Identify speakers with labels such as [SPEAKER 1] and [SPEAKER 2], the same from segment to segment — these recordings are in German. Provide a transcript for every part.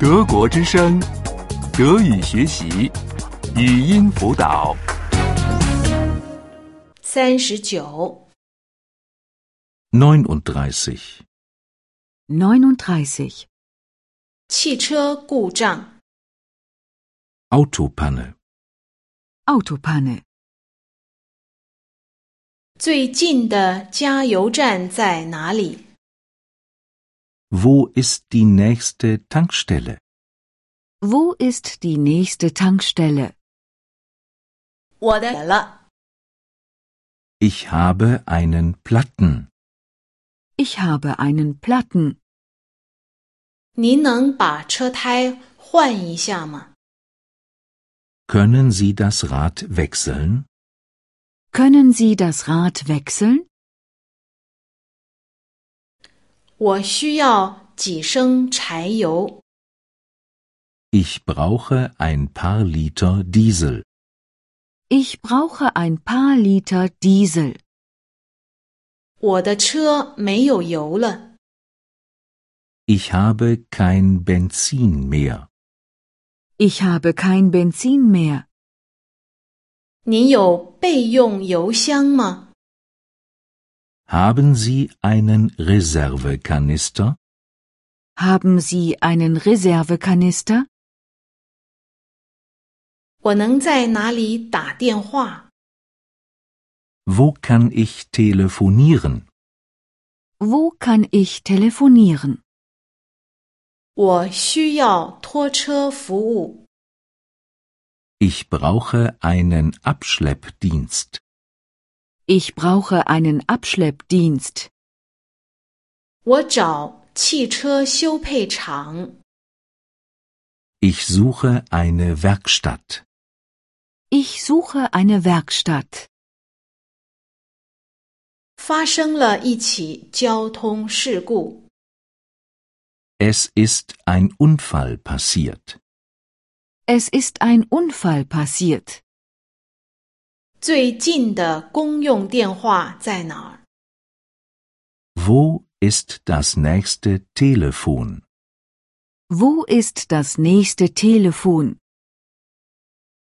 [SPEAKER 1] 德国之声，德语学习，语音辅导。
[SPEAKER 2] 三十九，
[SPEAKER 3] 39.
[SPEAKER 4] 39.
[SPEAKER 2] 汽车故障，
[SPEAKER 3] Autopanne.
[SPEAKER 4] Autopanne.
[SPEAKER 2] 最近的加油站在哪里？
[SPEAKER 3] Wo ist die nächste Tankstelle?
[SPEAKER 4] Wo ist die nächste Tankstelle?
[SPEAKER 2] 我的了，
[SPEAKER 3] Ich habe einen Platten.
[SPEAKER 4] Ich habe einen Platten.
[SPEAKER 2] 您能把车胎换一下吗？
[SPEAKER 3] Können Sie das Rad wechseln?
[SPEAKER 4] Können Sie das Rad wechseln?
[SPEAKER 2] 我需要几升柴油？
[SPEAKER 3] Ich brauche ein paar Liter Diesel.
[SPEAKER 4] Ich brauche ein paar Liter Diesel.
[SPEAKER 2] 我的车没有油了，
[SPEAKER 3] Ich habe kein Benzin mehr.
[SPEAKER 4] Ich habe kein Benzin mehr.
[SPEAKER 2] 您有备用油箱吗？
[SPEAKER 3] Haben Sie einen Reservekanister?
[SPEAKER 4] Haben Sie einen Reservekanister?
[SPEAKER 2] 我能在哪里打电话？
[SPEAKER 3] Wo kann ich telefonieren?
[SPEAKER 4] Wo kann ich telefonieren?
[SPEAKER 2] 我需要拖车服务，
[SPEAKER 3] Ich brauche einen Abschleppdienst.
[SPEAKER 4] Ich brauche einen Abschleppdienst.
[SPEAKER 2] 我找汽车修配厂。
[SPEAKER 3] Ich suche eine Werkstatt.
[SPEAKER 4] Ich suche eine Werkstatt.
[SPEAKER 2] 发生了一起交通事故，
[SPEAKER 3] Es ist ein Unfall passiert.
[SPEAKER 4] Es ist ein Unfall passiert.
[SPEAKER 2] 最近的公用电话在哪儿？
[SPEAKER 3] Wo ist das nächste Telefon?
[SPEAKER 4] Wo ist das nächste Telefon?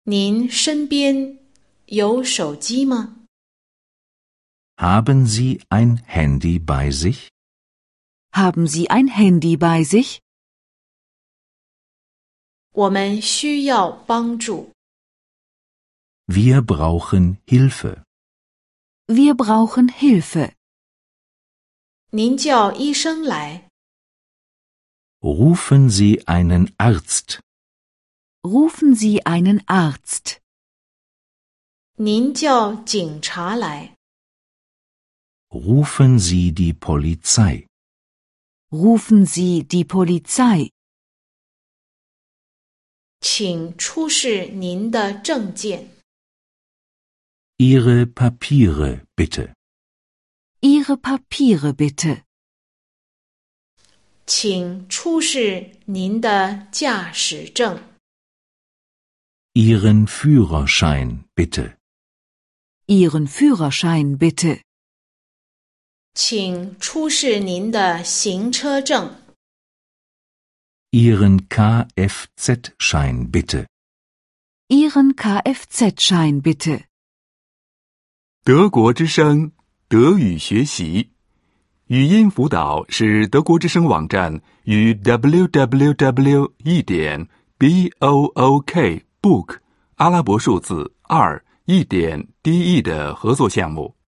[SPEAKER 2] 您身边有手机吗？
[SPEAKER 3] Haben Sie ein Handy bei sich?
[SPEAKER 4] Haben Sie ein Handy bei sich?
[SPEAKER 2] 我们需要帮助。
[SPEAKER 3] Wir brauchen Hilfe.
[SPEAKER 4] Wir brauchen Hilfe.
[SPEAKER 2] 您叫医生来，
[SPEAKER 3] Rufen Sie einen Arzt.
[SPEAKER 4] Rufen Sie einen Arzt.
[SPEAKER 2] 您叫警察来，
[SPEAKER 3] Rufen Sie die Polizei.
[SPEAKER 4] Rufen Sie die Polizei.
[SPEAKER 2] 请出示您的证件。
[SPEAKER 3] Ihre Papiere bitte.
[SPEAKER 4] Ihre Papiere bitte.
[SPEAKER 2] 请出示您的驾驶证，
[SPEAKER 3] Ihren Führerschein bitte.
[SPEAKER 4] Ihren Führerschein bitte.
[SPEAKER 2] 请出示您的行车证，
[SPEAKER 3] Ihren Kfz-Schein bitte.
[SPEAKER 4] Ihren Kfz-Schein bitte.
[SPEAKER 1] 德国之声，德语学习，语音辅导是德国之声网站与 www. 一点 b o o k book 阿拉伯数字二一点 d e 的合作项目。